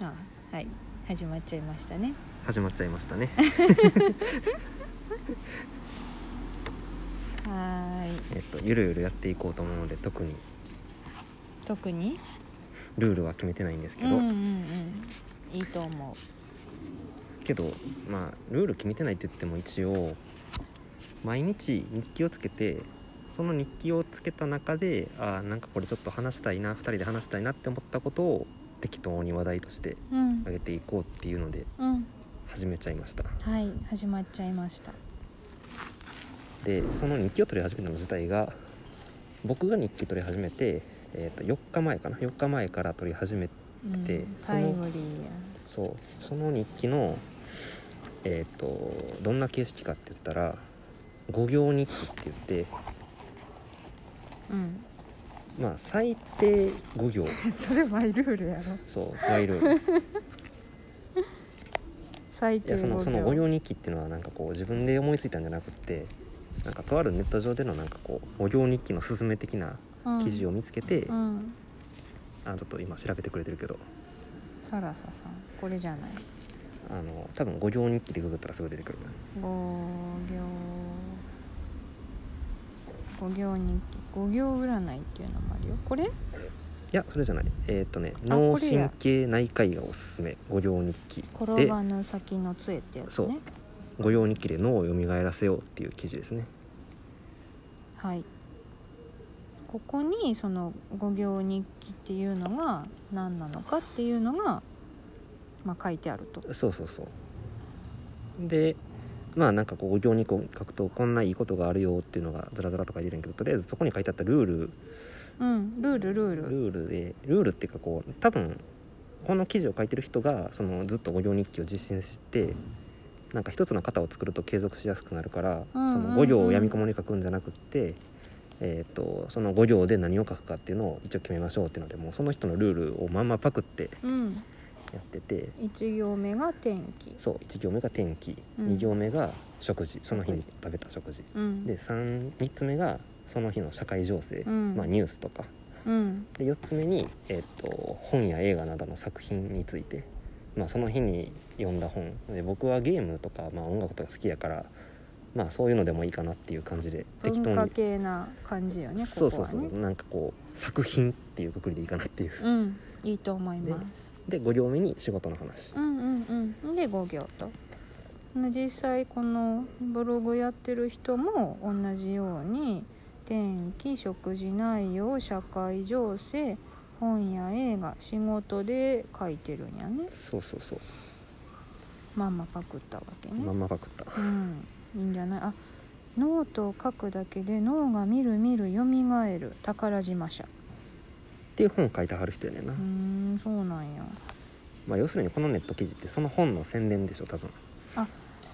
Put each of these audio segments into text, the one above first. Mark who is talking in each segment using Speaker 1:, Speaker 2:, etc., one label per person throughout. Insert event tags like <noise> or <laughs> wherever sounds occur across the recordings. Speaker 1: あはい始まっちゃいましたね
Speaker 2: 始まっちゃいまし
Speaker 1: <laughs>
Speaker 2: たね
Speaker 1: はーい
Speaker 2: えっとゆるゆるやっていこうと思うので特に
Speaker 1: 特に
Speaker 2: ルールは決めてないんですけ
Speaker 1: うん
Speaker 2: ど、
Speaker 1: うんうんいいと思
Speaker 2: けどまあルール決めてないって言っても一応毎日日記をつけてその日記をつけた中であーなんかこれちょっと話したいな2人で話したいなって思ったことを適当に話題として
Speaker 1: ううん
Speaker 2: 上げていこうっていうので
Speaker 1: うん
Speaker 2: 始めちゃいました
Speaker 1: はい始まっちゃいました
Speaker 2: でその日記を取り始めたの自体が僕が日記取り始めて、えー、と4日前かな4日前から取り始め
Speaker 1: うん
Speaker 2: でそ
Speaker 1: タ
Speaker 2: の
Speaker 1: イムリーや
Speaker 2: そうその日記のえっ、とどんな形式かって言ったら5行日記って言って
Speaker 1: うん
Speaker 2: まあ最低5行
Speaker 1: <laughs> それマイルールやろ
Speaker 2: そうワイルール
Speaker 1: 最
Speaker 2: い
Speaker 1: 低 <laughs>
Speaker 2: やそのその5
Speaker 1: 秒
Speaker 2: 行日記っていうのはなんかこう自分で思いついたんじゃなくってなんかとあるネット上でのなんかこう5行日記のすすめ的な記事を見つけて、
Speaker 1: うん、うん、
Speaker 2: あちょっと今調べてくれてるけど
Speaker 1: サラサさんこれじゃない
Speaker 2: あの多分5行日記でググったらすぐ出てくる
Speaker 1: 五行五行日記五行占いっていうのもあるよこれ
Speaker 2: いやそれじゃないえっ、とね
Speaker 1: あ
Speaker 2: 脳
Speaker 1: これや
Speaker 2: 神経内科医がおすすめ5行日記
Speaker 1: 転
Speaker 2: で
Speaker 1: ばぬ先の杖ってやつ
Speaker 2: そう
Speaker 1: ね
Speaker 2: 御用日記で脳を蘇らせようっていう記事ですね
Speaker 1: はいここにその五行日記っていうのが何なのかっていうのがまあ書いてあると
Speaker 2: そうそうそうでまあなんかこう御行日記を書くとこんないいことがあるよっていうのがずらずらと書いてるんやけどとりあえずそこに書いてあったルール
Speaker 1: うんルールルール
Speaker 2: ルールでルールっていうかこう多分この記事を書いてる人がそのずっと御行日記を実践してなんか一つの型を作ると継続しやすくなるから、
Speaker 1: うんうんうん
Speaker 2: その五行をやみくもに書くんじゃなくって、えー、とその五行で何を書くかっていうのを一応決めましょうっていうのでもうその人のルールをまんまパクって
Speaker 1: うん
Speaker 2: やってて
Speaker 1: 一行目が天気
Speaker 2: そう1行目が天気、
Speaker 1: うん
Speaker 2: 2行目が食事その日に食べた食事
Speaker 1: うん
Speaker 2: で 3, 3つ目がその日の社会情勢、
Speaker 1: うん
Speaker 2: まあ、ニュースとか
Speaker 1: うん
Speaker 2: で4つ目に、えっと本や映画などの作品について、まあ、その日に読んだ本で僕はゲームとか、まあ、音楽とか好きやから、まあ、そういうのでもいいかなっていう感じで適当
Speaker 1: 文
Speaker 2: に、
Speaker 1: 化系な感じよね
Speaker 2: そう
Speaker 1: こ
Speaker 2: そ
Speaker 1: こ
Speaker 2: う
Speaker 1: は
Speaker 2: そう
Speaker 1: ね
Speaker 2: なんかこう作品っていうくくりでいいかなっていう、
Speaker 1: うんいいと思います
Speaker 2: で5行目に仕事の話、
Speaker 1: うんうんうんで5行と実際このブログやってる人も同じように天気食事内容社会情勢本や映画仕事で書いてるんやね
Speaker 2: そうそうそう
Speaker 1: まんまパクったわけね、
Speaker 2: まんまパクった
Speaker 1: うんいいんじゃないあノートを書くだけで脳がみるみるよみがえる宝島社
Speaker 2: っていう本を書いてはる人やねんな、
Speaker 1: うーんそうなんや
Speaker 2: まあ、要するにこのネット記事ってその本の宣伝でしょ多分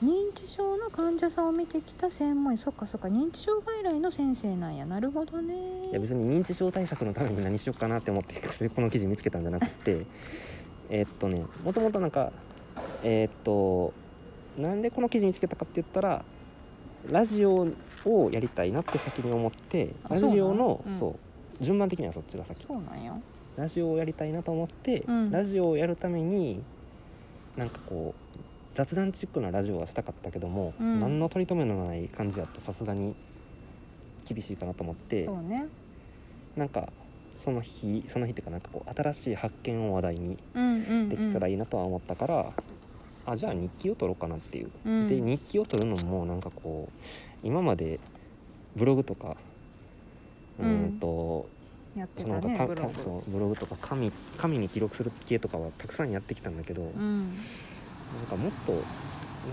Speaker 1: 認知症の患者さんを見てきた専門医そっかそっか認知症外来の先生なんやなるほどね
Speaker 2: いや別に認知症対策のために何しようかなって思って <laughs> この記事見つけたんじゃなくてえーっとねもともとなんかえーっとなんでこの記事見つけたかって言ったらラジオをやりたいなって先に思って
Speaker 1: あ
Speaker 2: ラジ
Speaker 1: そう
Speaker 2: オの
Speaker 1: なのうん
Speaker 2: そう順番的にはそっちが先
Speaker 1: そうなんや
Speaker 2: ラジオをやりたいなと思って、
Speaker 1: うん
Speaker 2: ラジオをやるためになんかこう雑談チックなラジオはしたかったけども、
Speaker 1: うん
Speaker 2: 何の取り留めのない感じだとさすがに厳しいかなと思って
Speaker 1: そうね
Speaker 2: なんかその日その日っていうかなんかこう新しい発見を話題に
Speaker 1: うんうん、うん、
Speaker 2: できたらいいなとは思ったから、あじゃあ日記を取ろうかなっていう。
Speaker 1: うん
Speaker 2: で日記を取るのもなんかこう今までブログとかう
Speaker 1: うん
Speaker 2: んと
Speaker 1: やって
Speaker 2: そのな
Speaker 1: た
Speaker 2: んか
Speaker 1: ねブ
Speaker 2: か
Speaker 1: ロ
Speaker 2: か
Speaker 1: グ
Speaker 2: そうブログとか紙紙に記録する系とかはたくさんやってきたんだけど、
Speaker 1: う
Speaker 2: なん
Speaker 1: ん
Speaker 2: かもっとなん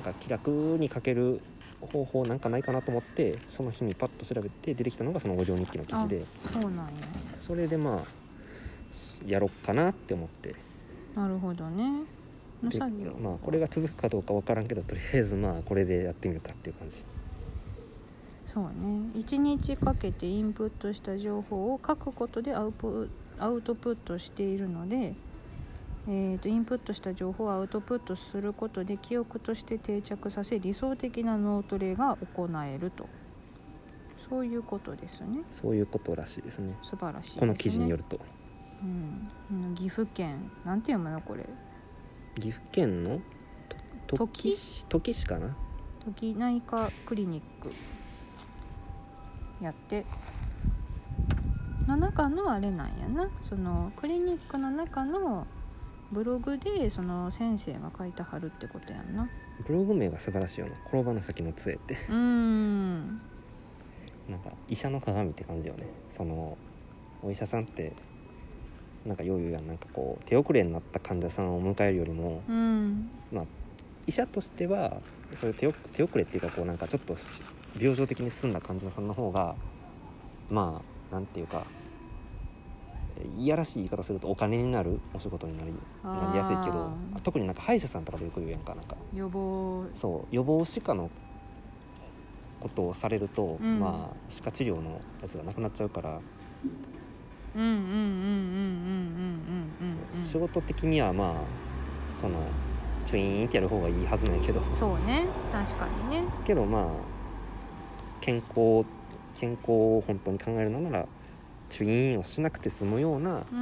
Speaker 2: か気楽に書ける方法なんかないかなと思ってその日にパッと調べて出てきたのがその五条日記の記事で
Speaker 1: そうなんや
Speaker 2: それでまあやろっかなって思って
Speaker 1: なるほどねの
Speaker 2: で
Speaker 1: 作業
Speaker 2: まあこれが続くかどうかわからんけどとりあえずまあこれでやってみるかっていう感じ
Speaker 1: そうね一日かけてインプットした情報を書くことでアウプアウトプットしているので、えー、とインプットした情報をアウトプットすることで記憶として定着させ理想的な脳トレが行えるとそういうことですね
Speaker 2: そういうことらしいですね
Speaker 1: 素晴らしいです、ね、
Speaker 2: この記事によ
Speaker 1: る、
Speaker 2: ると
Speaker 1: うん、岐阜県なんて読むのこれ
Speaker 2: 岐阜県のと
Speaker 1: と
Speaker 2: 時市時市かな
Speaker 1: 時内科クリニックやっての中のあれなんやなそのクリニックの中のブログでその先生が書いてはるってことやんな
Speaker 2: ブログ名が素晴らしいよな「転ばの先の杖」って
Speaker 1: うーん
Speaker 2: なんか医者の鏡って感じよねそのお医者さんってなんかよう言うやんなんかこう手遅れになった患者さんを迎えるよりも
Speaker 1: うん
Speaker 2: 医者としてはそういう手遅手遅れっていうかこうなんかちょっとし病状的に進んだ患者さんの方がまあなんていうかえいやらしい言い方するとお金になるお仕事になりなりやすいけど
Speaker 1: あー
Speaker 2: 特になんか歯医者さんとかでよく言うやんかなんか
Speaker 1: 予防
Speaker 2: そう予防歯科のことをされると、
Speaker 1: うん
Speaker 2: まあ歯科治療のやつがなくなっちゃうから、
Speaker 1: うんうんうんうんうんうんうんうん
Speaker 2: 仕事的にはまあそのチュイーンってやる方がいいはずないけど <laughs>
Speaker 1: そうね確かにね
Speaker 2: けどまあ健康健康を本当に考えるのならチュイーンをしなくて済むような
Speaker 1: うん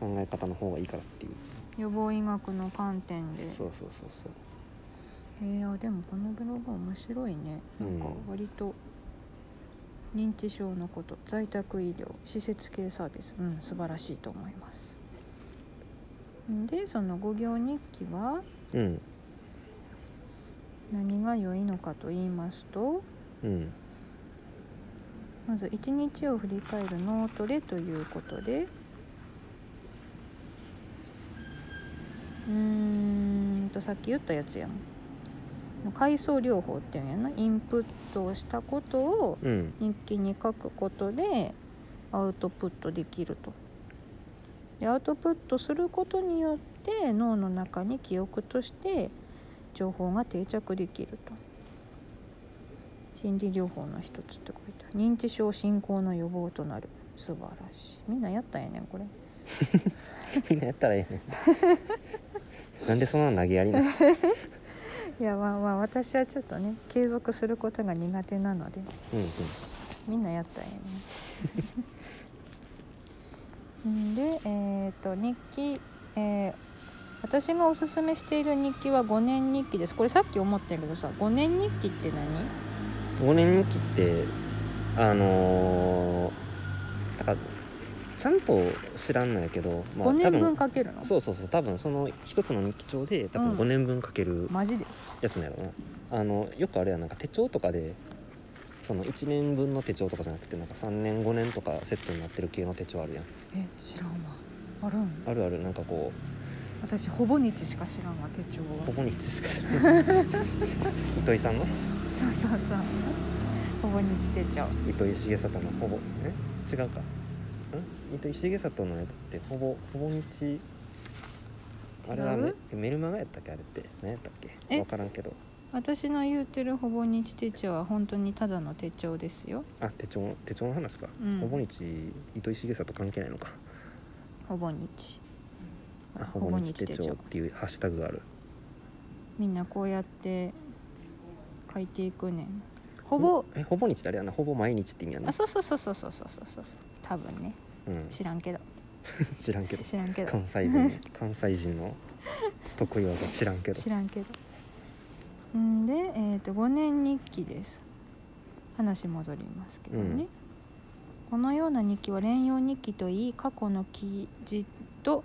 Speaker 1: うん
Speaker 2: 考え方の方がいいからっていう、
Speaker 1: 予防医学の観点で
Speaker 2: そうそうそうそう
Speaker 1: えー、あでもこのブログ面白いねなんか
Speaker 2: うん
Speaker 1: 割と認知症のこと在宅医療施設系サービスうん素晴らしいと思いますでその五行日記は
Speaker 2: うん
Speaker 1: 何が良いのかと言いますと
Speaker 2: うん
Speaker 1: まず一日を振り返る脳トレということでうーんとさっき言ったやつやん階層療法っていうんやなインプットをしたことを
Speaker 2: うん <laughs>
Speaker 1: 日記に書くことでアウトプットできるとでアウトプットすることによって脳の中に記憶として情報が定着できると心理療法の一つって書いてある認知症進行の予防となる素晴らしいみんなやったんやねんこれ
Speaker 2: みんなやったらええねん <laughs> なんでそんな投げやりなの
Speaker 1: いやまあまあ私はちょっとね継続することが苦手なので
Speaker 2: うんうん
Speaker 1: みんなやったんやねうん <laughs> でえっ、と日記、えー私がおすすめしている日記は5年日記ですこれさっき思ったけどさ5年日記って何
Speaker 2: 5年日記ってあのー、だからちゃんと知らんのやけど、ま
Speaker 1: 5
Speaker 2: 多
Speaker 1: 年分
Speaker 2: 分
Speaker 1: かけるの
Speaker 2: そうそうそう多分その一つの日記帳で多
Speaker 1: う
Speaker 2: 分
Speaker 1: ん
Speaker 2: 5年分かける
Speaker 1: マジで
Speaker 2: やつなんやろな、あのよくあれやなんか手帳とかでその1年分の手帳とかじゃなくてなんか3年5年とかセットになってる系の手帳あるやん
Speaker 1: え知らんわあるん
Speaker 2: あるあるなんかこ
Speaker 1: 私ほぼ日しか知らんわ手帳
Speaker 2: う
Speaker 1: は
Speaker 2: ここに一しか
Speaker 1: <laughs>
Speaker 2: 知らない糸井さんの
Speaker 1: そうそうそうほぼ日手帳
Speaker 2: 糸井重里のほぼえ違うかん糸井重里のやつってほぼほぼ日あれは
Speaker 1: 違
Speaker 2: メ
Speaker 1: う
Speaker 2: メルマガやったっけあれって何やったっけ
Speaker 1: え
Speaker 2: 分からんけど
Speaker 1: 私の言うてるほぼ日手帳は本当にただの手帳ですよ
Speaker 2: あ手帳手帳の話か、
Speaker 1: うん
Speaker 2: ほぼ日糸井重里関係ないのか
Speaker 1: ほぼ日
Speaker 2: あほぼ日手帳っていうハッシュタグがある
Speaker 1: みんなこうやって書いていくねんほぼ
Speaker 2: えほぼ日ってあれやなほぼ毎日って意味やな
Speaker 1: あそうそうそうそうそうそうそうそう多分ね
Speaker 2: うん、
Speaker 1: 知らんけど
Speaker 2: 知らんけど
Speaker 1: 知らんけど
Speaker 2: 関西
Speaker 1: <laughs>
Speaker 2: 弁関西人の得意技知らんけど
Speaker 1: 知らんけどんで、えー、と5年日記です話戻りますけどね、
Speaker 2: うん
Speaker 1: このような日記は連用日記といい過去の記事と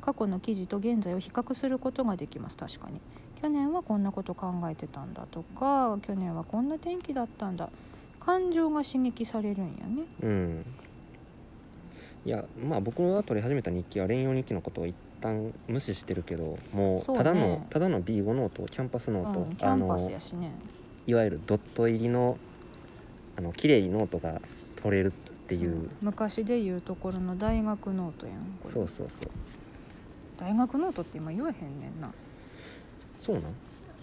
Speaker 1: 過去の記事と現在を比較することができます確かに去年はこんなこと考えてたんだとか去年はこんな天気だったんだ感情が刺激されるんやね
Speaker 2: うんいやまあ僕が取り始めた日記は連用日記のことを一旦無視してるけども
Speaker 1: そううね
Speaker 2: ただの、ただの B5 ノートキャンパスノート、
Speaker 1: うん、キャンパスやしね
Speaker 2: いわゆるドット入りのあの綺麗にノートが取れるってい
Speaker 1: そう
Speaker 2: う
Speaker 1: 昔で言うところの大学ノートやんこれ
Speaker 2: そうそうそう
Speaker 1: 大学ノートって今言わへんねんな
Speaker 2: そうな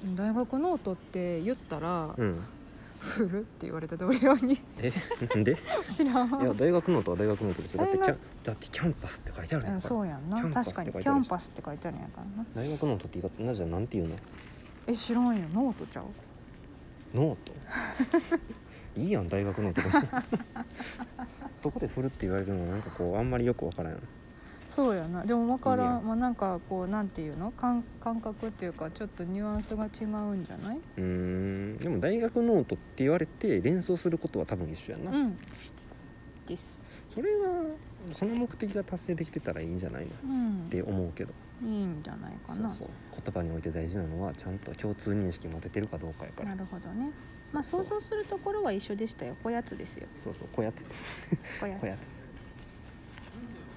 Speaker 2: ん
Speaker 1: 大学ノートって言ったら
Speaker 2: うん
Speaker 1: 「フル」って言われた同僚
Speaker 2: <laughs>
Speaker 1: に
Speaker 2: えなんで
Speaker 1: 知らん
Speaker 2: いや大学ノートは大学ノートですよだってキ
Speaker 1: 大
Speaker 2: ャ
Speaker 1: 学
Speaker 2: ンだってキャンパスって書いてあるや
Speaker 1: うんん
Speaker 2: か
Speaker 1: そうやんな
Speaker 2: キャンパス
Speaker 1: 確か
Speaker 2: って書い
Speaker 1: に
Speaker 2: て
Speaker 1: キ
Speaker 2: ある
Speaker 1: ャンパスって書いてあるんやからな
Speaker 2: 大学ノートって言い方なじゃあなんて言うの
Speaker 1: え知らんよノートちゃう
Speaker 2: ノートいいやん
Speaker 1: <laughs>
Speaker 2: 大学ノートそこで振るって言われるのはなんかこうあんまりよくわからん
Speaker 1: そうやなでも分から
Speaker 2: いい
Speaker 1: ん
Speaker 2: や
Speaker 1: まあなんかこうなんていうの感感覚っていうかちょっとニュアンスが違うんじゃないう
Speaker 2: ーんでも大学ノートって言われて連想することは多分一緒やな、
Speaker 1: うんです
Speaker 2: それがその目的が達成できてたらいいんじゃないのっ
Speaker 1: うん
Speaker 2: て思うけど
Speaker 1: いいんじゃないか
Speaker 2: そう
Speaker 1: な
Speaker 2: そう言葉において大事なのはちゃんと共通認識持ててるかどうかやから
Speaker 1: なるほどねまあ
Speaker 2: そう
Speaker 1: 想
Speaker 2: そう
Speaker 1: 像するところは一緒でしたよこやつですよ
Speaker 2: そうそうこやつ
Speaker 1: こや
Speaker 2: こや
Speaker 1: つ
Speaker 2: つ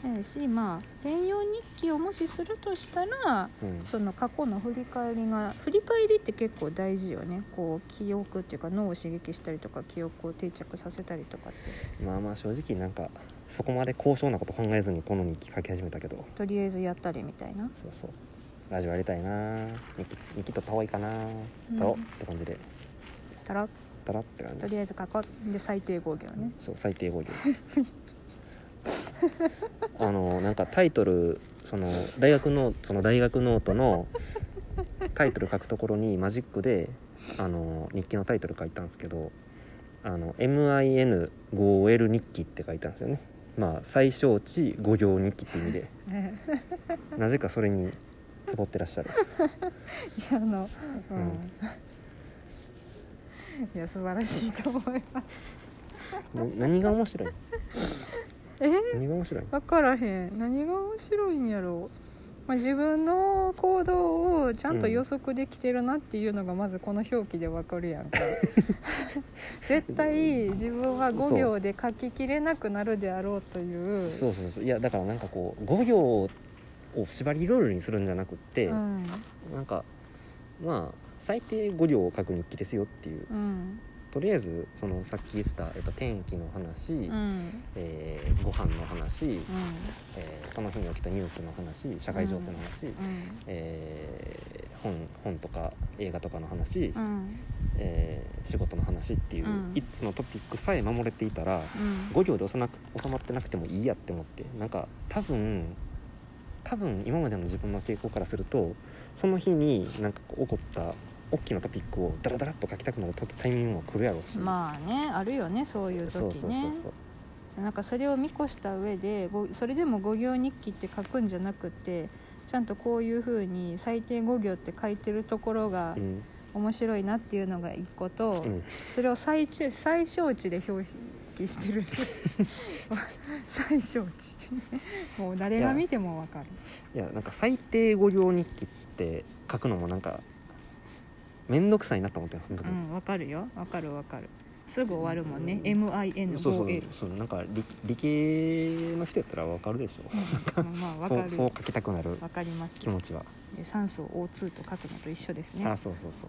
Speaker 1: ええしまあ連用日記をもしするとしたら
Speaker 2: うん
Speaker 1: その過去の振り返りが振り返りって結構大事よねこう記憶っていうか脳を刺激したりとか記憶を定着させたりとかって
Speaker 2: まあまあ正直なんかそこまで高尚なこと考えずにこの日記書き始めたけど
Speaker 1: とりあえずやったりみたいな
Speaker 2: そうそうラジオやりたいな日記日記取った方がいいかな
Speaker 1: うん
Speaker 2: だろ、って感じで
Speaker 1: たら
Speaker 2: だらって感
Speaker 1: と
Speaker 2: じ
Speaker 1: りあえず囲んで最低合議をね <laughs>
Speaker 2: そう最低語量 <laughs> あのなんかタイトルその大学のその大学ノートのタイトル書くところにマジックであの日記のタイトル書いたんですけどあの MIN5L 日記って書いたんですよねまあ最小値5行日記って意味でなぜかそれにつぼってらっしゃる
Speaker 1: いやあのうん、
Speaker 2: うん
Speaker 1: <laughs> いや素晴らしいと思います
Speaker 2: な何が面白いの
Speaker 1: え
Speaker 2: 何が面白いの
Speaker 1: 分からへん何が面白いんやろう、まあ、自分の行動をちゃんと予測できてるなっていうのがまずこの表記でわかるやん
Speaker 2: <laughs>
Speaker 1: か絶対自分は
Speaker 2: そ
Speaker 1: 5
Speaker 2: う
Speaker 1: 行で書ききれなくなるであろうという
Speaker 2: そうそうそういやだからなんかこう5行を縛りルールにするんじゃなくって、
Speaker 1: うん
Speaker 2: なんかまあ最低5行を書く日記ですよっていう
Speaker 1: うん
Speaker 2: とりあえずそのさっき言ってた、えっと、天気の話、
Speaker 1: うん
Speaker 2: えーご飯の話、
Speaker 1: うん
Speaker 2: えーその日に起きたニュースの話社会情勢の話、えー本本とか映画とかの話、
Speaker 1: うんうん
Speaker 2: えー仕事の話っていう、
Speaker 1: うん
Speaker 2: 5つのトピックさえ守れていた
Speaker 1: う
Speaker 2: ら
Speaker 1: ん
Speaker 2: 5行で収ま収まってなくてもいいやって思ってなんか多分多分今までの自分の傾向からするとその日になんかこう起こった大きなトピックをダラダラっと書きたくなる時タイミングも来るやろうし
Speaker 1: まあねあるよねそういう
Speaker 2: そう
Speaker 1: 時
Speaker 2: そうそう
Speaker 1: ね
Speaker 2: そう
Speaker 1: なんかそれを見越した上でごそれでも5行日記って書くんじゃなくてちゃんとこういうふうに最低5行って書いてるところが
Speaker 2: うん
Speaker 1: 面白いなっていうのが1個と、
Speaker 2: うん
Speaker 1: それを最中最小値で表記して
Speaker 2: <laughs>
Speaker 1: る最小値もう誰が見ても分かる
Speaker 2: いやなんか最低5行日記って書くのもなんか面倒くさいなと思ってますなんか
Speaker 1: うん分かるよ分かる分かるすぐ終わるもんね、
Speaker 2: うん
Speaker 1: MIN5L
Speaker 2: そうそうそうなんか理理系の人やったらわかるでしょ
Speaker 1: うんまあまあ分
Speaker 2: そ
Speaker 1: か
Speaker 2: う
Speaker 1: る
Speaker 2: そう書きたくなる
Speaker 1: 分かります
Speaker 2: 気持ちは
Speaker 1: で酸素を O2 と書くのと一緒ですね
Speaker 2: あそうそうそうそうそう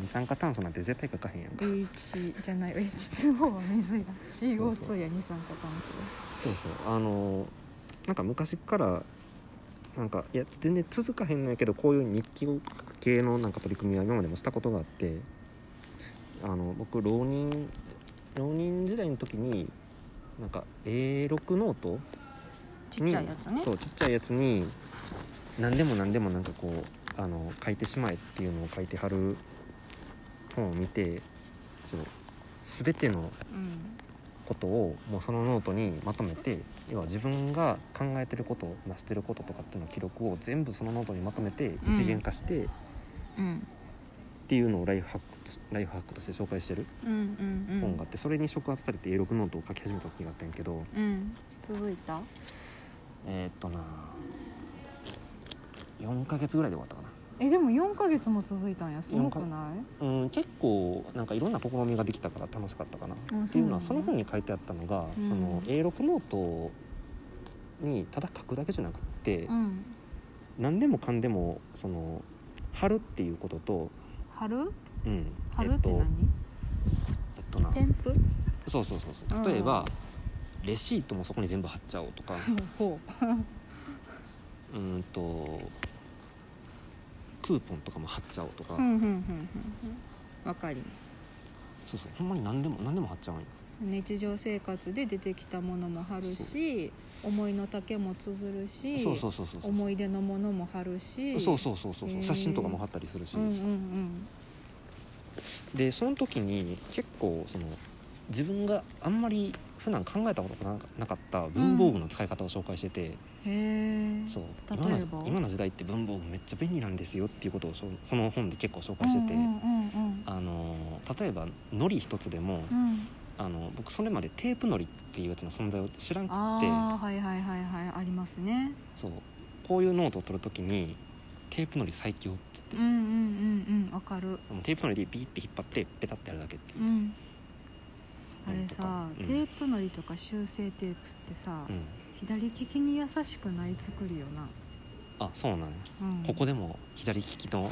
Speaker 2: 二酸化炭素なんて絶対書かへんやんか
Speaker 1: H じゃない H2O は水や
Speaker 2: そうそう
Speaker 1: CO2 や二酸化炭
Speaker 2: そうそうあのーなんか昔からなんかいや全然続かへんのやけどこういう日記を書く系のなんか取り組みは今までもしたことがあってあの僕浪人浪人時代の時になんか A6 ノート
Speaker 1: 素ちっちゃいやつね
Speaker 2: にそうちっちゃいやつに何でも何でもなんかこうあの書いてしまえっていうのを書いてはる本を見てそう全ての
Speaker 1: うん
Speaker 2: ことをもうそのノートにまとめて要は自分が考えてることなしてることとかっていうの記録を全部そのノートにまとめて
Speaker 1: うん
Speaker 2: 一元化してっ
Speaker 1: うん
Speaker 2: ていうのをライフハックとしライフハックとして紹介してる
Speaker 1: うんうんうん
Speaker 2: 本があってそれに触発されて A6 ノートを書き始めた時があったんやけど
Speaker 1: うん続いた
Speaker 2: えーっとな4ヶ月ぐらいで終わったか
Speaker 1: えでも4ヶ月も続いたんやすごくな
Speaker 2: なうん結構なんかいろんな試みができたから楽しかったかなっ
Speaker 1: いあ
Speaker 2: ていうの
Speaker 1: な
Speaker 2: は
Speaker 1: んだ
Speaker 2: その本に書いてあったのが
Speaker 1: うん
Speaker 2: その A6 ノートにただ書くだけじゃなくって、
Speaker 1: うん
Speaker 2: 何でもかんでもその貼るっていうことと、
Speaker 1: 春
Speaker 2: うん、
Speaker 1: 春って
Speaker 2: えっと
Speaker 1: 何、
Speaker 2: えっとな
Speaker 1: 添付
Speaker 2: そうそうそう
Speaker 1: う
Speaker 2: そ
Speaker 1: ん
Speaker 2: う例えば、レシートもそこに全部貼っちゃおうとか
Speaker 1: ほ
Speaker 2: うーんとクーポンとかも貼っちゃおうとか、
Speaker 1: うふんふんふんふんわかり
Speaker 2: そうそうほんまに何でも何でも貼っちゃうんよ
Speaker 1: 日常生活で出てきたものも貼るし思いの丈も綴るし
Speaker 2: そうそうそうそうそう
Speaker 1: 思い出のものも貼るし
Speaker 2: そうそうそうそう
Speaker 1: へー
Speaker 2: 写真とかも貼ったりするし、
Speaker 1: うんうん
Speaker 2: でその時に結構その自分があんまり普段考えたことがななかった文房具の使い方を紹介してて、
Speaker 1: へえ
Speaker 2: そう
Speaker 1: 例
Speaker 2: 今の
Speaker 1: えば
Speaker 2: 今の時代って文房具めっちゃ便利なんですよっていうことをしょその本で結構紹介
Speaker 1: う
Speaker 2: し
Speaker 1: ん
Speaker 2: てて、
Speaker 1: うんうん
Speaker 2: あのー例えばのり一つでも、
Speaker 1: うんうん
Speaker 2: あの僕それまでテープのりっていうやつの存在を知らんくって
Speaker 1: ああはいはいはいはいありますね
Speaker 2: そうこういうノートを取るときにテープのり最強って
Speaker 1: うん
Speaker 2: 言
Speaker 1: う
Speaker 2: っ
Speaker 1: んうんうんわかる
Speaker 2: て、もうテープのりでビーって引っ張ってペタってやるだけっていうう、
Speaker 1: んあれさ
Speaker 2: 本、当
Speaker 1: テ
Speaker 2: だ
Speaker 1: ープのりとか修正テープってさ、
Speaker 2: うん
Speaker 1: 左利きに優しくない作りよな、
Speaker 2: あそうなの、
Speaker 1: うん、
Speaker 2: ここでも左利きの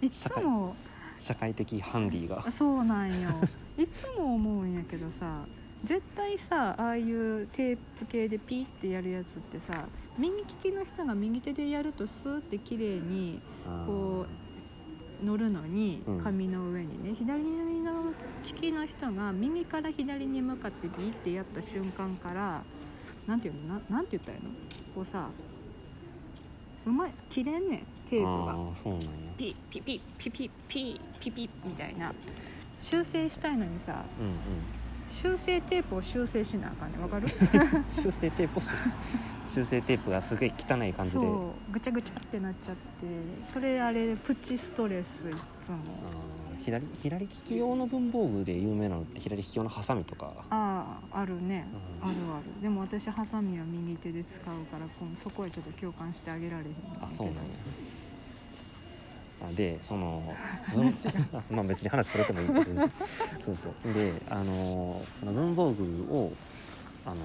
Speaker 1: いつも
Speaker 2: 社会的ハンディが
Speaker 1: そうなん <laughs> よいつも思うんやけどさ絶対さああいうテープ系でピーってやるやつってさ右利きの人が右手でやるとスーって綺麗にこ乗るのに
Speaker 2: うん
Speaker 1: 紙の上にね、左の利きの人が右から左に向かってビーってやった瞬間からなんていうのななんて言ったらいいのこうさうまい切れんねんテ
Speaker 2: テ
Speaker 1: ープが
Speaker 2: そうなんや
Speaker 1: ピッピッピッピッピッピッピッピッみたいな修正したいのにさ
Speaker 2: うん
Speaker 1: 修正テープを修正しなあかんねんわかる
Speaker 2: うん修正テープを
Speaker 1: <laughs>
Speaker 2: 修正テープがすごい汚い感じ
Speaker 1: そ
Speaker 2: で
Speaker 1: うぐちゃぐちゃってなっちゃってそれあれプチストレスいつも
Speaker 2: あー左左利き用の文房具で有名なのって左利き用のハサミとか
Speaker 1: あああるね
Speaker 2: うん
Speaker 1: あるあるでも私ハサミは右手で使うからこんそこはちょっと共感してあげられへん
Speaker 2: あそうなんや
Speaker 1: だ
Speaker 2: あでそ <laughs> の文
Speaker 1: 話
Speaker 2: まあ別に話それてもいいんですね <laughs> そうそうであのーその文房具をあの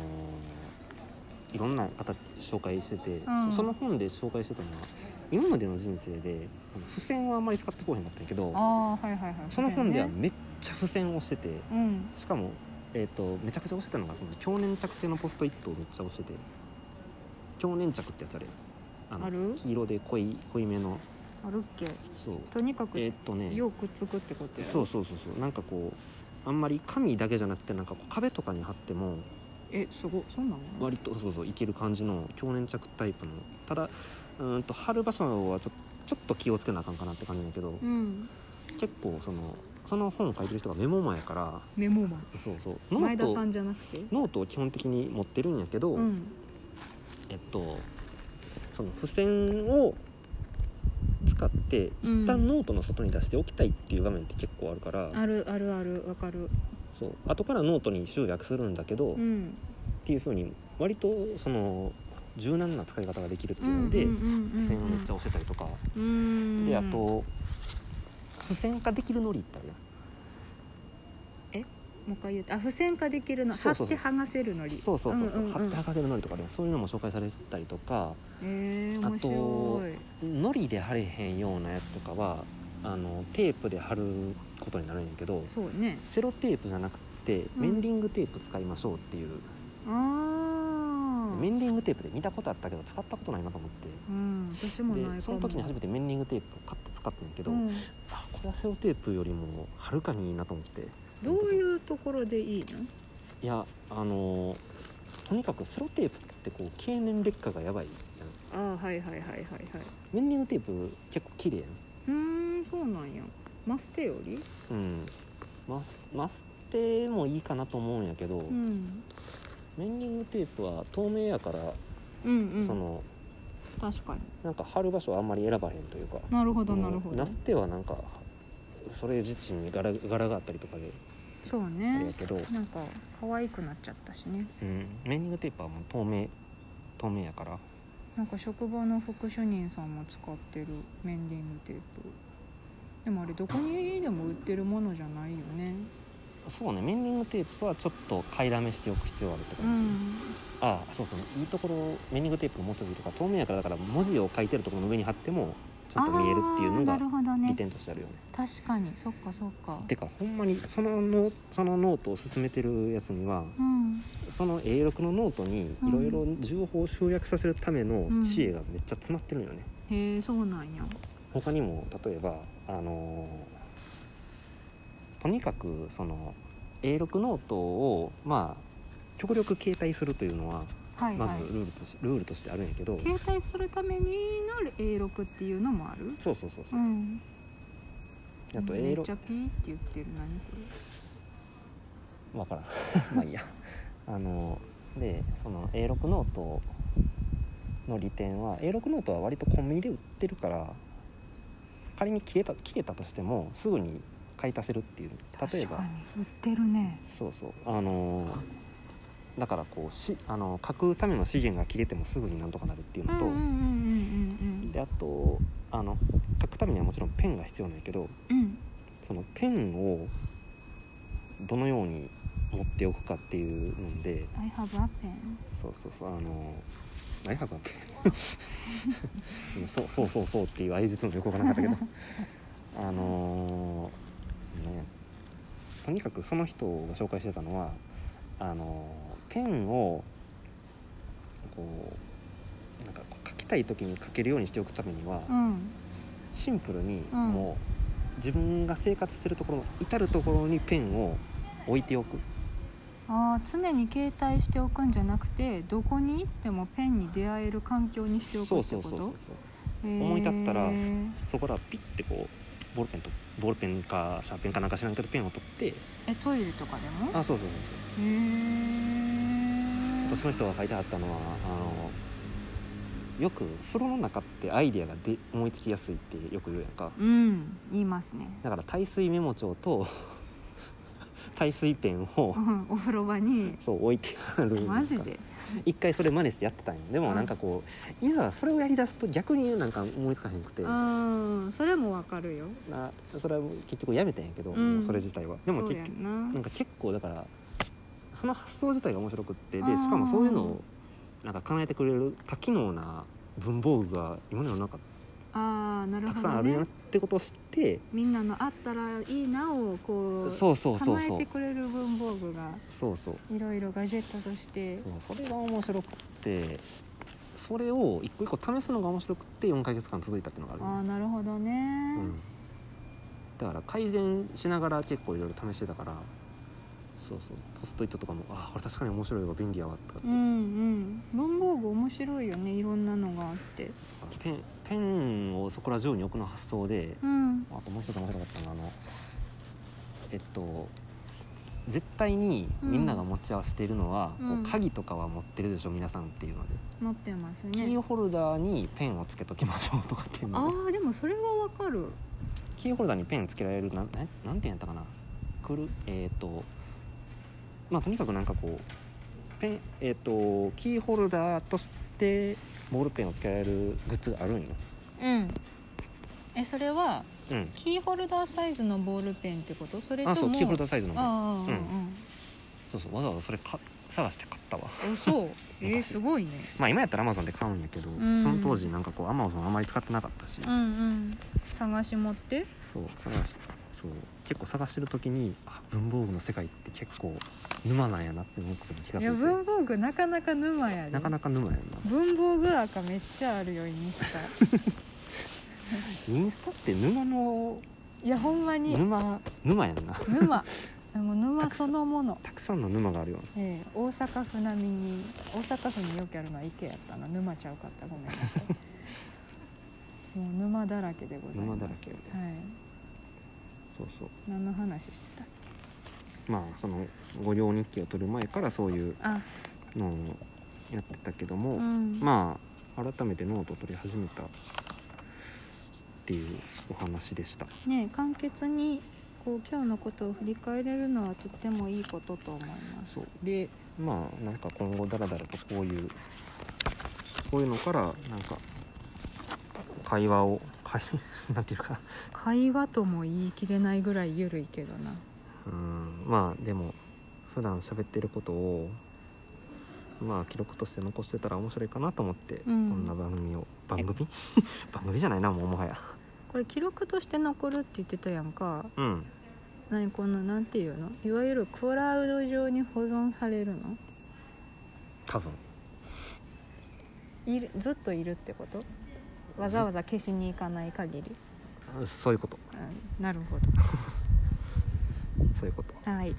Speaker 2: ーいろんな方紹介してて、
Speaker 1: うん
Speaker 2: そその本で紹介してたのは今までの人生であの付箋はあんまり使ってこうへんかったんやけど
Speaker 1: ああはいはいはい
Speaker 2: その本では
Speaker 1: そうやね
Speaker 2: めっちゃ付箋をしてて
Speaker 1: うん
Speaker 2: しかも、えー、とめちゃくちゃ押してたのがその強粘着性のポストイットをめっちゃ押してて強粘着ってやつあれあの
Speaker 1: ある
Speaker 2: 黄色で濃い濃いめの
Speaker 1: あるっけ
Speaker 2: そう
Speaker 1: とにかく
Speaker 2: えーっとね
Speaker 1: よくっつくってことや
Speaker 2: そうそうそうそうなんかこうあんまり紙だけじゃなくてなんかこう壁とかに貼っても
Speaker 1: えすごいそうなの
Speaker 2: 割とそうそういける感じの強粘着タイプのただうーんと貼る場所はちょちょっと気をつけなあかんかなって感じだけど、
Speaker 1: うん
Speaker 2: 結構そのその本を書いてる人がメモマやから
Speaker 1: メモマン
Speaker 2: そうそうノ
Speaker 1: 前
Speaker 2: ー
Speaker 1: 田
Speaker 2: ト
Speaker 1: さんじゃなくて
Speaker 2: ノートを基本的に持ってるんやけど、
Speaker 1: うん
Speaker 2: えっとその付箋を使って
Speaker 1: うん
Speaker 2: 一旦ノートの外に出しておきたいっていう場面って結構あるから、
Speaker 1: あるあるあるわかる
Speaker 2: そう後からノートに集約するんだけど、
Speaker 1: う
Speaker 2: っ
Speaker 1: ん
Speaker 2: ていうふうに割とその柔軟な使い方ができるって
Speaker 1: う
Speaker 2: いうんので、
Speaker 1: うんうんうん
Speaker 2: 付箋をめっちゃ押せたりとか、
Speaker 1: うん
Speaker 2: であと付箋化できるのりってあるやん
Speaker 1: もう一回言うとあ付箋化できるの
Speaker 2: そ
Speaker 1: 貼
Speaker 2: う
Speaker 1: っ
Speaker 2: そうそ
Speaker 1: て
Speaker 2: う
Speaker 1: 剥がせるのり
Speaker 2: そうそうそうそう、
Speaker 1: んんん
Speaker 2: 貼って剥がせるのりとかでそういうのも紹介されてたりとか
Speaker 1: えー面白い
Speaker 2: のりで貼れへんようなやつとかはあのテープで貼ることになるんやけど
Speaker 1: そうね
Speaker 2: セロテープじゃなくて
Speaker 1: うん
Speaker 2: メンディングテープ使いましょうっていう、
Speaker 1: ああ
Speaker 2: メンディングテープで見たことあったけど使ったことないなと思って。
Speaker 1: うん私もないかも
Speaker 2: でその時に初めてメンディングテープを買って使ったんやけど、
Speaker 1: うん
Speaker 2: あこれはセロテープよりもはるかにいいなと思って
Speaker 1: どういううところでいいの
Speaker 2: いやあのーとにかくセロテープってこう経年劣化がやばいやん
Speaker 1: ああはいはいはいはいはい
Speaker 2: メンディングテープ結構綺麗やん
Speaker 1: うーんそうなんやマステより
Speaker 2: うんマスマステもいいかなと思うんやけど、
Speaker 1: うん
Speaker 2: メンディングテープは透明やから、
Speaker 1: うんうん
Speaker 2: その
Speaker 1: 確かに
Speaker 2: なんか貼る場所はあんまり選ばへんというか
Speaker 1: なるほど
Speaker 2: もう
Speaker 1: なるほど
Speaker 2: ナステはなんかそれ自身に柄柄があったりとかで
Speaker 1: そう
Speaker 2: あれや
Speaker 1: ね
Speaker 2: けど、
Speaker 1: なんか可愛くなっちゃったしね
Speaker 2: うん、メンディングテープはもう透明透明やから
Speaker 1: なんか職場の副主任さんも使ってるメンディングテープでもあれどこにでも売ってるものじゃないよね
Speaker 2: そうねメンディングテープはちょっと買いだめしておく必要があるって
Speaker 1: う
Speaker 2: 感じ、
Speaker 1: ん
Speaker 2: ああそうそういいところメンディングテープの持った時とか透明やからだから文字を書いてるところの上に貼ってもちゃんと見えるっていうの
Speaker 1: あーな
Speaker 2: が
Speaker 1: るほど
Speaker 2: 利
Speaker 1: ね
Speaker 2: 点としてあるよね
Speaker 1: 確かにそっかそっか
Speaker 2: てかほんまにそのノそのノートを進めてるやつには
Speaker 1: うん
Speaker 2: その A6 のノートにいろいろ情報を集約させるための知恵がめっちゃ詰まってるよね、
Speaker 1: へえそうなんや
Speaker 2: 他にも例えばあのーとにかくその A6 ノートをまあ極力携帯するというのは
Speaker 1: はい
Speaker 2: ま
Speaker 1: は
Speaker 2: ず
Speaker 1: い、
Speaker 2: ルールとし、ルールとしてあるんやけど
Speaker 1: 携帯するためにの A6 っていうのもある
Speaker 2: そうそうそうそうう、
Speaker 1: ん
Speaker 2: あと
Speaker 1: めっち
Speaker 2: A6
Speaker 1: ゃピーって言ってる何これ
Speaker 2: 分からん <laughs> まあいいやあのでその A6 ノートの利点は A6 ノートは割とコンビニで売ってるから仮に切れた切れたとしてもすぐに買い足せるっていう例え
Speaker 1: 確
Speaker 2: ば
Speaker 1: かに売ってるね
Speaker 2: そうそうあのだからこうしあの書くための資源が切れてもすぐになんとかなるっていう
Speaker 1: うんうん
Speaker 2: のと、
Speaker 1: うんうん
Speaker 2: であとあの書くためにはもちろんペンが必要なんやけど
Speaker 1: うんうん
Speaker 2: そのペンをどのように持っておくかっていうので
Speaker 1: I have a pen
Speaker 2: そうそうそうあの何やかんペン今 <laughs> そうそうそうそうっていう相槌の横がなかった
Speaker 1: <laughs>
Speaker 2: けどあのねとにかくその人が紹介してたのはあのペンをこうなんかこう書きたい時に書けるようにしておくためには、
Speaker 1: うん
Speaker 2: シンプルに
Speaker 1: うん
Speaker 2: もう自分が生活してるところの至るところにペンを置いておく
Speaker 1: あー常に携帯しておくんじゃなくてどこに行ってもペンに出会える環境にしておくってこと
Speaker 2: 思い立ったら
Speaker 1: へー
Speaker 2: そこらピッてこうボールペンとボールペンかシャーペンかなんか知らんけどペンを取って
Speaker 1: えトイレとかでも
Speaker 2: あそうそうそう
Speaker 1: へ
Speaker 2: あ
Speaker 1: え
Speaker 2: とその人が書いてあったのはあのよく風呂の中ってアイデアがで思いつきやすいってよく言うやんか
Speaker 1: うん言いますね
Speaker 2: だから耐水メモ帳と <laughs> 耐水ペンを
Speaker 1: うん <laughs> お風呂場に
Speaker 2: そう置いてあるんですか
Speaker 1: マジで
Speaker 2: 一回それ真似してやってたんよで
Speaker 1: う
Speaker 2: も
Speaker 1: ん
Speaker 2: なんかこういざそれをやりだすと逆になんか思いつかへんくて
Speaker 1: うんそれもわかるよ
Speaker 2: なそれは結局やめたんやけど、
Speaker 1: うん
Speaker 2: もうそれ自体はでも
Speaker 1: そう
Speaker 2: 結
Speaker 1: や
Speaker 2: 局
Speaker 1: んな
Speaker 2: なんか結構だからその発想自体が面白くってで
Speaker 1: あー
Speaker 2: しかもそういうのをなんか叶えてくれる多機能な文房具が今の世の中
Speaker 1: ああなる
Speaker 2: た
Speaker 1: ほ
Speaker 2: くさん
Speaker 1: ど
Speaker 2: あるよな
Speaker 1: ね
Speaker 2: ってことを知って、
Speaker 1: みんなのあったらいいなをこう
Speaker 2: そうそうそうそ
Speaker 1: 叶え
Speaker 2: う
Speaker 1: てくれる文房具が
Speaker 2: そうそう
Speaker 1: いろいろガジェットとして
Speaker 2: そうそれが面白くってそれを一個一個試すのが面白くって4ヶ月間続いたっていうのがあるよね
Speaker 1: ああなるほどね、
Speaker 2: うん、だから改善しながら結構いろいろ試してたからそうそうポストイットとかもああこれ確かに面白いわ便利やわとか
Speaker 1: う
Speaker 2: って、
Speaker 1: んうん文房具面白いよねいろんなのがあって
Speaker 2: ペンペンをそこら上に置くの発想で、
Speaker 1: うん
Speaker 2: あともう一つ面白かったのはあのえっと絶対にみんなが持ち合わせているのは、
Speaker 1: うん
Speaker 2: こう鍵とかは持ってるでしょ皆さんっていうので、
Speaker 1: 持ってます
Speaker 2: キ
Speaker 1: ね
Speaker 2: ーホルダーにペンをつけときましょうとかっていう
Speaker 1: あ
Speaker 2: ので
Speaker 1: あでもそれはわかる
Speaker 2: キーホルダーにペンつけられるなんなんなんていうんやったかなくるえっ、とまあとにかくなんかこうペンえっ、とキーホルダーとしてボールペンをつけられるグッズがあるんよ
Speaker 1: うんえそれは
Speaker 2: うん
Speaker 1: キーホルダーサイズのボールペンってことそれとも
Speaker 2: あそうキーホ
Speaker 1: ダー
Speaker 2: ルダーサイズのね
Speaker 1: ああ、
Speaker 2: そうそうわざわざそれか探して買ったわ
Speaker 1: うんうん、お <laughs> そうえー、すごいね
Speaker 2: まあ今やったらアマゾンで買うんやけど、
Speaker 1: ん
Speaker 2: その当時なんかこうアマゾンあまり使ってなかったし、
Speaker 1: うんうん探し持って
Speaker 2: そう探しそう結構探してる時にあ文房具の世界って結構沼なんやなって思うことに気が
Speaker 1: い
Speaker 2: つ
Speaker 1: や
Speaker 2: い
Speaker 1: 文房具なかなか沼やで
Speaker 2: てなかなか沼やな
Speaker 1: 文房具垢めっちゃあるよインスタ <laughs>
Speaker 2: インスタって沼の
Speaker 1: いやほんまに
Speaker 2: 沼沼やんな
Speaker 1: 沼 <laughs> もう
Speaker 2: た
Speaker 1: 沼
Speaker 2: くさ
Speaker 1: そ
Speaker 2: ん
Speaker 1: のもの、
Speaker 2: たくさんの沼があるよ
Speaker 1: ええ大阪府並みに大阪府によくあるのは池やったな沼ちゃうかったごめんな <laughs> さいもう沼だらけでございます
Speaker 2: 沼だらけよね
Speaker 1: はい
Speaker 2: そうそう
Speaker 1: 何の話してたっけ
Speaker 2: まあその御用日記を取る前からそういう
Speaker 1: あ
Speaker 2: のをやってたけども、
Speaker 1: うん
Speaker 2: まあ改めてノートを取り始めたっていうお話でした
Speaker 1: ねえ簡潔にこう今日のことを振り返れるのはとってもいいことと思います
Speaker 2: そうでまあなんか今後だらだらとこういうこういうのからなんか会話を会 <laughs> なんていうか
Speaker 1: 会話とも言い切れないぐらいゆるいけどな
Speaker 2: うんまあでも普段喋ってることをまあ記録として残してたら面白いかなと思って、
Speaker 1: うん
Speaker 2: こんな番組を番組 <laughs> 番組じゃないなもうもはや
Speaker 1: これ記録として残るって言ってたやんか
Speaker 2: うん
Speaker 1: 何このなんていうのいわゆるクラウド上に保存されるの
Speaker 2: 多分
Speaker 1: いるずっといるってことわざわざ消しに行かない限り、
Speaker 2: そういうこと
Speaker 1: うん、なるほど
Speaker 2: そういうこと
Speaker 1: はい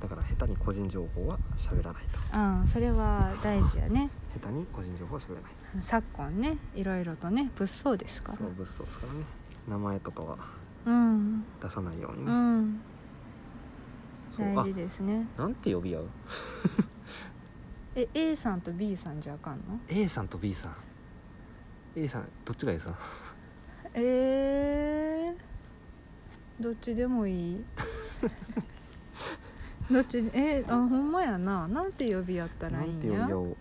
Speaker 2: だから下手に個人情報は喋らないと
Speaker 1: ああそれは大事やね
Speaker 2: 下手に個人情報は喋らない
Speaker 1: 昨今ねいろいろとね物騒ですから
Speaker 2: そう物騒ですからね名前とかは
Speaker 1: うん
Speaker 2: 出さないように
Speaker 1: う
Speaker 2: ね、
Speaker 1: ん
Speaker 2: う
Speaker 1: 大事ですね
Speaker 2: あなんて呼び合う
Speaker 1: え A さんと B さんじゃあかんの
Speaker 2: A さんと B さん A さんどっちが A さん
Speaker 1: えー、どっちでもい
Speaker 2: <laughs>
Speaker 1: いどっちえあほんまやななんて呼び合ったら
Speaker 2: ない
Speaker 1: い
Speaker 2: ん
Speaker 1: ん
Speaker 2: て呼び
Speaker 1: や
Speaker 2: 合おう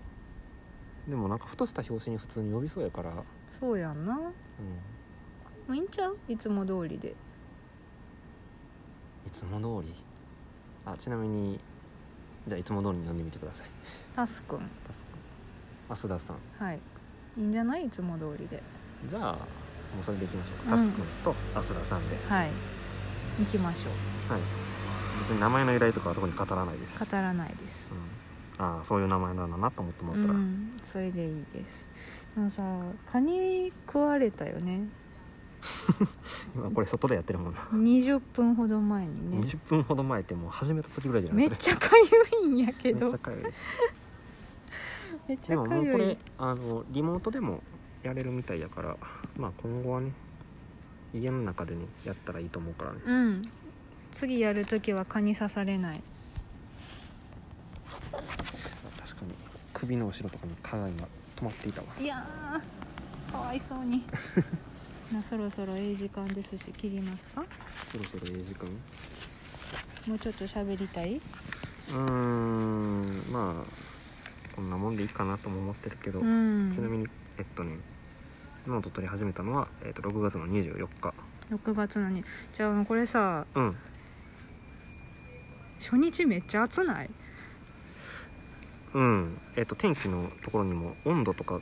Speaker 2: でもなんかふとした表紙に普通に呼びそうやから、うん、
Speaker 1: そうやんなもういいんちゃういつも通りで
Speaker 2: いつも通りあちなみにじゃあいつも通りに呼んでみてください
Speaker 1: タスくん
Speaker 2: タスク増田さん
Speaker 1: はいいいんじゃないいつも通りで
Speaker 2: じゃあもうそれでいきましょうか、
Speaker 1: うん
Speaker 2: タス君と増田さんで
Speaker 1: はい行きましょう
Speaker 2: はい別に名前の由来とかは特に語らないです、
Speaker 1: 語らないです
Speaker 2: うん、ああそういう名前なんだなと思っても
Speaker 1: う
Speaker 2: らったら、
Speaker 1: んそれでいいですあのさカニ食われたよね
Speaker 2: 今これ外でやってるもんな、
Speaker 1: 20分ほど前にね
Speaker 2: 20分ほど前ってもう始めた時ぐらいじゃない
Speaker 1: め
Speaker 2: です
Speaker 1: っ
Speaker 2: か
Speaker 1: ちゃかゆいんやけ
Speaker 2: めっ
Speaker 1: ど
Speaker 2: ちゃかゆいです
Speaker 1: めっち
Speaker 2: で
Speaker 1: ゃ
Speaker 2: も
Speaker 1: か
Speaker 2: もうこ
Speaker 1: ゆい
Speaker 2: れあのリモートでもやれるみたいやからまあ今後はね家の中でねやったらいいと思うからね
Speaker 1: うん次やるときは蚊に刺されない
Speaker 2: 確かに首の後ろとかに蚊が今止まっていたわ
Speaker 1: いやーかわいそう <laughs> になそろそろええ時間ですし切りますか
Speaker 2: そろそろええ時間
Speaker 1: もうちょっと喋りたいう
Speaker 2: ーんまあこんなもんでいいかなとも思ってるけど、
Speaker 1: うん
Speaker 2: ちなみにえっとねノート取り始めたのは、えっと、6月の24日
Speaker 1: 6月のにじゃあこれさ
Speaker 2: うん
Speaker 1: 初日めっちゃ暑ない
Speaker 2: うんえっと天気のところにも温度とか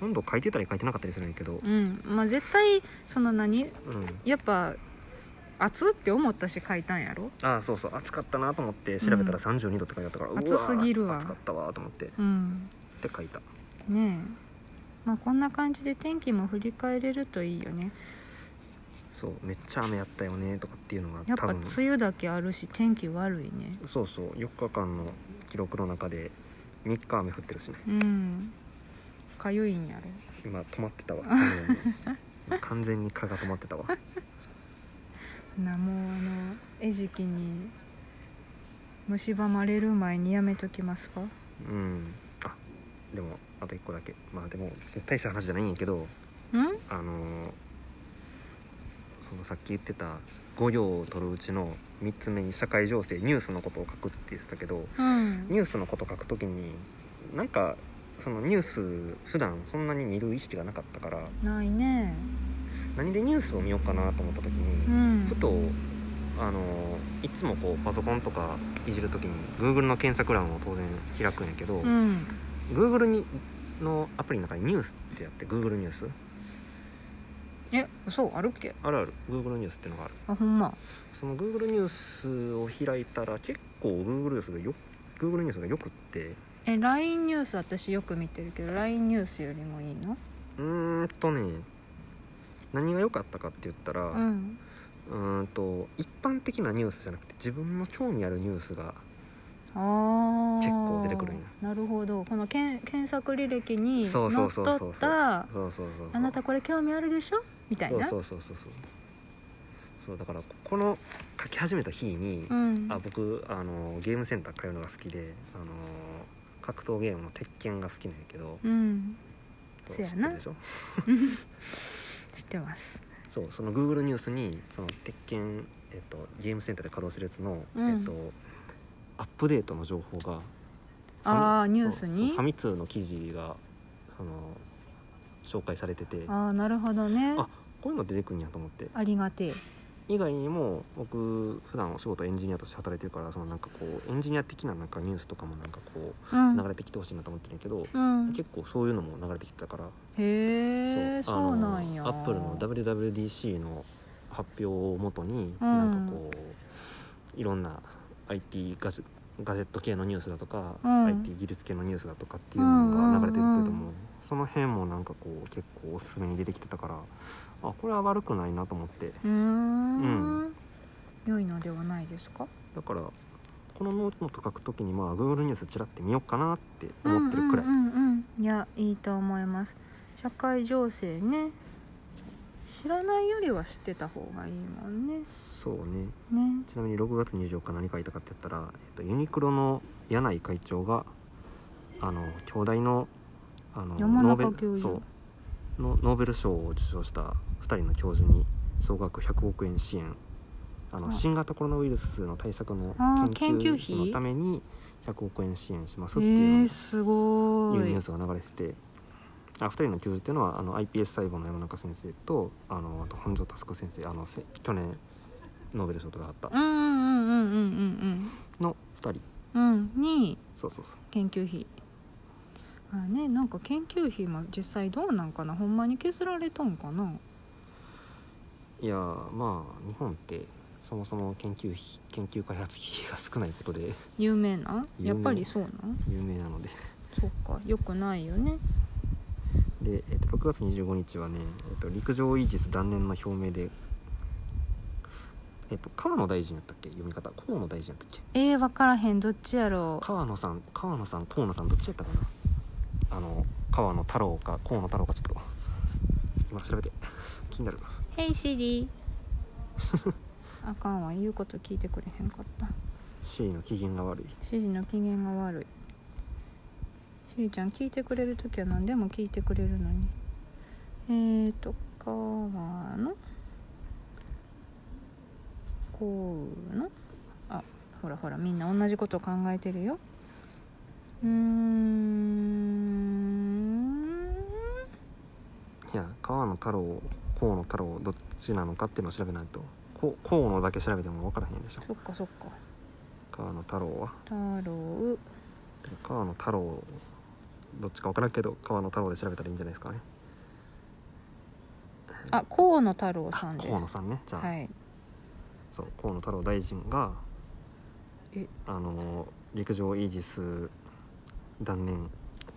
Speaker 2: 温度書いてたり書いてなかったりするんやけど
Speaker 1: うんまあ絶対その何
Speaker 2: うん
Speaker 1: やっぱ暑って思ったし書いたんやろ
Speaker 2: ああそうそう暑かったなと思って調べたら32度って書いてあったから、うわー
Speaker 1: 暑すぎるわ
Speaker 2: 暑かったわーと思ってっ
Speaker 1: うん
Speaker 2: て書いた
Speaker 1: ねえまあこんな感じで天気も振り返れるといいよね
Speaker 2: そうめっちゃ雨やったよねとかっていうのが
Speaker 1: やっぱ
Speaker 2: 多
Speaker 1: 梅
Speaker 2: 分
Speaker 1: 雨だけあるし天気悪いね
Speaker 2: そうそう4日間の記録の中で3日雨降ってるしね
Speaker 1: うんかゆいんやろ
Speaker 2: 今止まっ
Speaker 1: <laughs>
Speaker 2: てたわ完全に完全に蚊が止まってたわ
Speaker 1: なもうあの餌食に蝕まれる前にやめときますか
Speaker 2: うんあでもあと1個だけまあでも大した話じゃないんやけど
Speaker 1: うん
Speaker 2: あのーそのさっき言ってた5行を取るうちの3つ目に社会情勢ニュースのことを書くって言ってたけど
Speaker 1: うん
Speaker 2: ニュースのこと書くときになんかそのニュース普段そんなに見る意識がなかったから
Speaker 1: ないね
Speaker 2: 何でニュースを見ようかなと思ったとき
Speaker 1: う
Speaker 2: に、
Speaker 1: ん
Speaker 2: ふとあのいつもこうパソコンとかいじるときに Google の検索欄を当然開くんやけど、
Speaker 1: うん
Speaker 2: Google にのアプリの中にニュースってやって Google ニュース
Speaker 1: えそうあるっけ
Speaker 2: あるある Google ニュースってのがある
Speaker 1: あほんま
Speaker 2: その Google ニュースを開いたら結構 Google ニュースがよ Google ニュースがよくって
Speaker 1: え LINE ニュース私よく見てるけど LINE ニュースよりもいいの
Speaker 2: うーんとね何が良かったかって言ったら、
Speaker 1: うん
Speaker 2: うーんと一般的なニュースじゃなくて自分の興味あるニュースが
Speaker 1: あー
Speaker 2: 結構出てくるんや
Speaker 1: なるほどこのけん検索履歴に
Speaker 2: そ
Speaker 1: の
Speaker 2: う
Speaker 1: っ
Speaker 2: そうそうそう
Speaker 1: とった
Speaker 2: そうそうそうそう
Speaker 1: あなたこれ興味あるでしょみたい
Speaker 2: そう
Speaker 1: な
Speaker 2: そうそうそうそうそうだからここの書き始めた日に、
Speaker 1: うん
Speaker 2: あ僕あのゲームセンター通うのが好きであの格闘ゲームの鉄拳が好きなんやけど、
Speaker 1: うん
Speaker 2: そう
Speaker 1: せや
Speaker 2: 知って
Speaker 1: な
Speaker 2: るでしょ
Speaker 1: 知ってます
Speaker 2: そうその Google ニュースにその鉄拳、えっと、ゲームセンターで稼働するやつの、
Speaker 1: うん
Speaker 2: えっと、アップデートの情報が
Speaker 1: あー
Speaker 2: ファミ
Speaker 1: ニュース
Speaker 2: そう
Speaker 1: に
Speaker 2: そうファミ通の記事があの紹介されててあ
Speaker 1: ああなるほどねあ
Speaker 2: こういうの出てくるんやと思って
Speaker 1: りがてえ
Speaker 2: 以外にも僕普段お仕事エンジニアとして働いてるからそのなんかこうエンジニア的ななんかニュースとかもなんかこ
Speaker 1: う
Speaker 2: うん流れてきてほしいなと思ってるんやけど、
Speaker 1: うん
Speaker 2: 結構そういうのも流れてきてたから
Speaker 1: へえ
Speaker 2: あ
Speaker 1: そ
Speaker 2: の
Speaker 1: うなんや
Speaker 2: アップルの WWDC の発表をもとに、なんかこういろんな IT ガジェガジェット系のニュースだとか、
Speaker 1: うん
Speaker 2: IT 技術系のニュースだとかっていうのが流れてるけども、
Speaker 1: うんうんうん
Speaker 2: その辺もなんかこう結構おすすめに出てきてたからあこれは悪くないなと思って
Speaker 1: うーん
Speaker 2: うん
Speaker 1: 良いのではないですか
Speaker 2: だからこのノート書くときにまあ Google ニュースちらって見ようかなって思ってるくらい、
Speaker 1: うんうんうんうんいやいいと思います社会情勢ね知らないよりは知ってた方がいいもんね
Speaker 2: そうね
Speaker 1: ね
Speaker 2: ちなみに6月24日何書いたかって言ったら、えっと、ユニクロの柳井会長があの京大のあの
Speaker 1: 山中
Speaker 2: ノーベ
Speaker 1: 教
Speaker 2: ル
Speaker 1: 授
Speaker 2: そうのノーベル賞を受賞した2人の教授に総額100億円支援あの
Speaker 1: あ
Speaker 2: 新型コロナウイルスの対策の
Speaker 1: あー
Speaker 2: 研究
Speaker 1: 研究
Speaker 2: 費
Speaker 1: 費
Speaker 2: のために100億円支援します
Speaker 1: え
Speaker 2: っていうの
Speaker 1: ー、
Speaker 2: を
Speaker 1: すご
Speaker 2: いう
Speaker 1: ー
Speaker 2: ニュ
Speaker 1: い
Speaker 2: ースが流れてて、あ2人の教授っていうのはあの iPS 細胞の山中先生とあのあと本庄佑先生あのせ去年ノーベル賞とかあった
Speaker 1: うんうんうんうん
Speaker 2: の2人
Speaker 1: うんうんうんに
Speaker 2: そうそうそう
Speaker 1: 研究費あねなんか研究費も実際どうなんかなほんまに削られとんかない
Speaker 2: やーまあ日本ってそもそも研究費研究開発費が少ないことで
Speaker 1: 有名な
Speaker 2: 有
Speaker 1: や
Speaker 2: 名
Speaker 1: っぱりそうなん
Speaker 2: 有名なので
Speaker 1: そっかよくないよね
Speaker 2: で、えっと6月25日はね、えっと陸上維持断念の表明で、えっと川野大臣やったっけ読み方河野大臣やったっけ
Speaker 1: えー、分からへんどっちやろ
Speaker 2: <laughs>
Speaker 1: う
Speaker 2: 川野さん川野さん河野さんどっちやったかなあの川野太郎か河野太郎かちょっと今調べて気になる
Speaker 1: 「ヘイシリ」あかんわ言うこと聞いてくれへんかった
Speaker 2: シリの機嫌が悪い
Speaker 1: シリの機嫌が悪いシリちゃん聞いてくれる時は何でも聞いてくれるのにえーと川のこうのあほらほらみんな同じこと考えてるようーん
Speaker 2: いや川野太郎河野太郎どっちなのかっていうのを調べないとこ河野だけ調べても分からへんでしょ
Speaker 1: そっかそっか
Speaker 2: 川野太郎は
Speaker 1: 太郎
Speaker 2: 川野太郎どっちか分からんけど川野太郎で調べたらいいんじゃないですかね
Speaker 1: あ河野太郎さ
Speaker 2: あ
Speaker 1: んです
Speaker 2: 河野さんねじゃあ、
Speaker 1: はい
Speaker 2: そう河野太郎大臣が
Speaker 1: え
Speaker 2: あの陸上イージス断念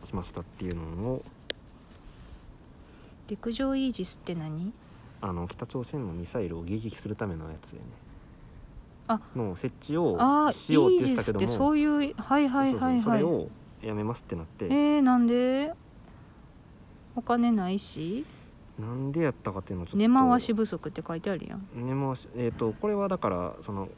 Speaker 2: しましたっていうのを
Speaker 1: 陸上イージスって何
Speaker 2: あの北朝鮮のミサイルを迎撃するためのやつでね
Speaker 1: あ
Speaker 2: の設置を
Speaker 1: ああイ
Speaker 2: しようって
Speaker 1: ー
Speaker 2: 言
Speaker 1: ジ
Speaker 2: って
Speaker 1: ス
Speaker 2: た
Speaker 1: っ
Speaker 2: け
Speaker 1: て
Speaker 2: ど
Speaker 1: そ
Speaker 2: も
Speaker 1: ういうはいはいはい
Speaker 2: そうそうそ
Speaker 1: はい
Speaker 2: れをやめますってなって、
Speaker 1: えー、なんでお金ないし
Speaker 2: なんでやったかっていうのをちょっと
Speaker 1: 根回し不足って書いてあるやん
Speaker 2: 根回しえっ、とこれはだからその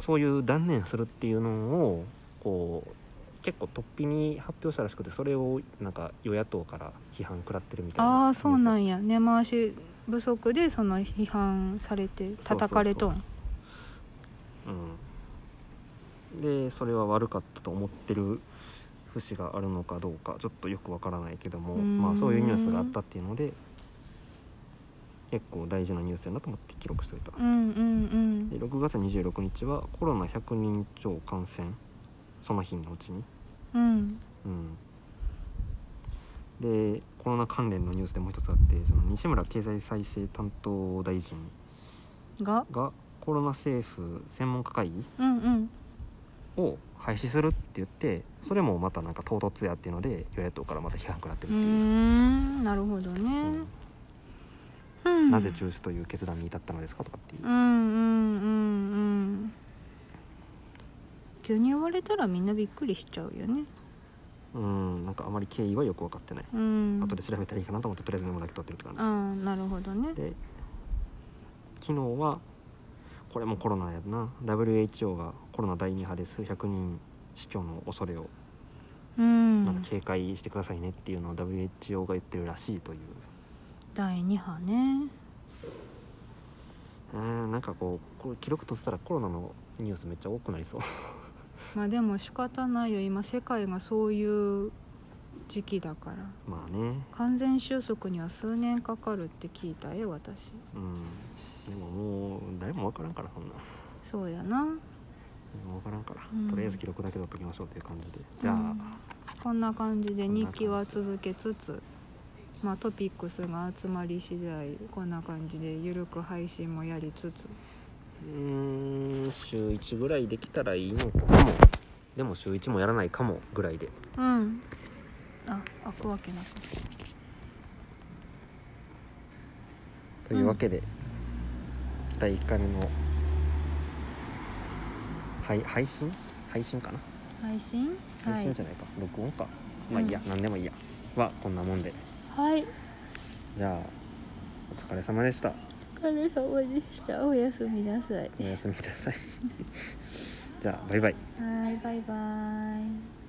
Speaker 2: そういう断念するっていうのをこう結構突飛に発表したらしくてそれをなんか与野党から批判食らってるみたいな
Speaker 1: ああーそうなんんや根回し不足でその批判されて
Speaker 2: そうそう
Speaker 1: 叩かれとん
Speaker 2: うん、でそれは悪かったと思ってる節があるのかどうかちょっとよくわからないけども
Speaker 1: うーん
Speaker 2: まあそういうニュースがあったっていうので結構大事なニュースやなと思って記録しておいた、
Speaker 1: うんうん
Speaker 2: で6月26日はコロナ100人超感染その日のうちに、
Speaker 1: うんうん
Speaker 2: うん、でコロナ関連のニュースでもう一つあってその西村経済再生担当大臣
Speaker 1: が
Speaker 2: がコロナ政府専門家会議
Speaker 1: うんうん
Speaker 2: を廃止するって言ってそれもまたなんか唐突やっていうので与野党からまた批判食らって
Speaker 1: うー
Speaker 2: るっていう、
Speaker 1: んなるほどね、うん、
Speaker 2: なぜ中止という決断に至ったのですかとかっていう
Speaker 1: うんうんうんうん急に言われたらみんなびっくりしちゃうよね
Speaker 2: うんなんかあまり経緯はよく分かってない、
Speaker 1: うん
Speaker 2: 後で調べたらいいかなと思ってとりあえずメモだけ取ってるって感じ
Speaker 1: ああなるほどね
Speaker 2: で昨日はこれもコロナやな WHO がコロナ第2波です100人死去の恐れを
Speaker 1: うん
Speaker 2: なんか警戒してくださいねっていうのを WHO が言ってるらしいという、
Speaker 1: 第2波ね
Speaker 2: うーんなんかこうこれ記録としたらコロナのニュースめっちゃ多くなりそう <laughs>
Speaker 1: まあでも仕方ないよ今世界がそういう時期だから
Speaker 2: まあね
Speaker 1: 完全収束には数年かかるって聞いたえ私
Speaker 2: うんでももう誰もわからんからそんな
Speaker 1: そうやな
Speaker 2: 誰もわからんから、
Speaker 1: うん
Speaker 2: とりあえず記録だけ取っときましょうという感じでじゃあ、
Speaker 1: うんこんな感じで
Speaker 2: こんな
Speaker 1: 日
Speaker 2: 感じ
Speaker 1: 記は続けつつまあトピックスが集まり次第こんな感じでゆるく配信もやりつつ
Speaker 2: うーん週1ぐらいできたらいいのかもでも週1もやらないかもぐらいで
Speaker 1: うんあ開くわけなく
Speaker 2: というわけで、第1回目のはい配信配信かな、
Speaker 1: 配信は
Speaker 2: 配
Speaker 1: い
Speaker 2: 信じゃないか録音かまあいいや、、
Speaker 1: うん
Speaker 2: 何でもいいやはこんなもんで
Speaker 1: はい
Speaker 2: じゃあお疲れ様でした
Speaker 1: お疲れ様でしたおやすみなさい <laughs>
Speaker 2: おやすみなさいじゃあバイバイ
Speaker 1: はいバイバイ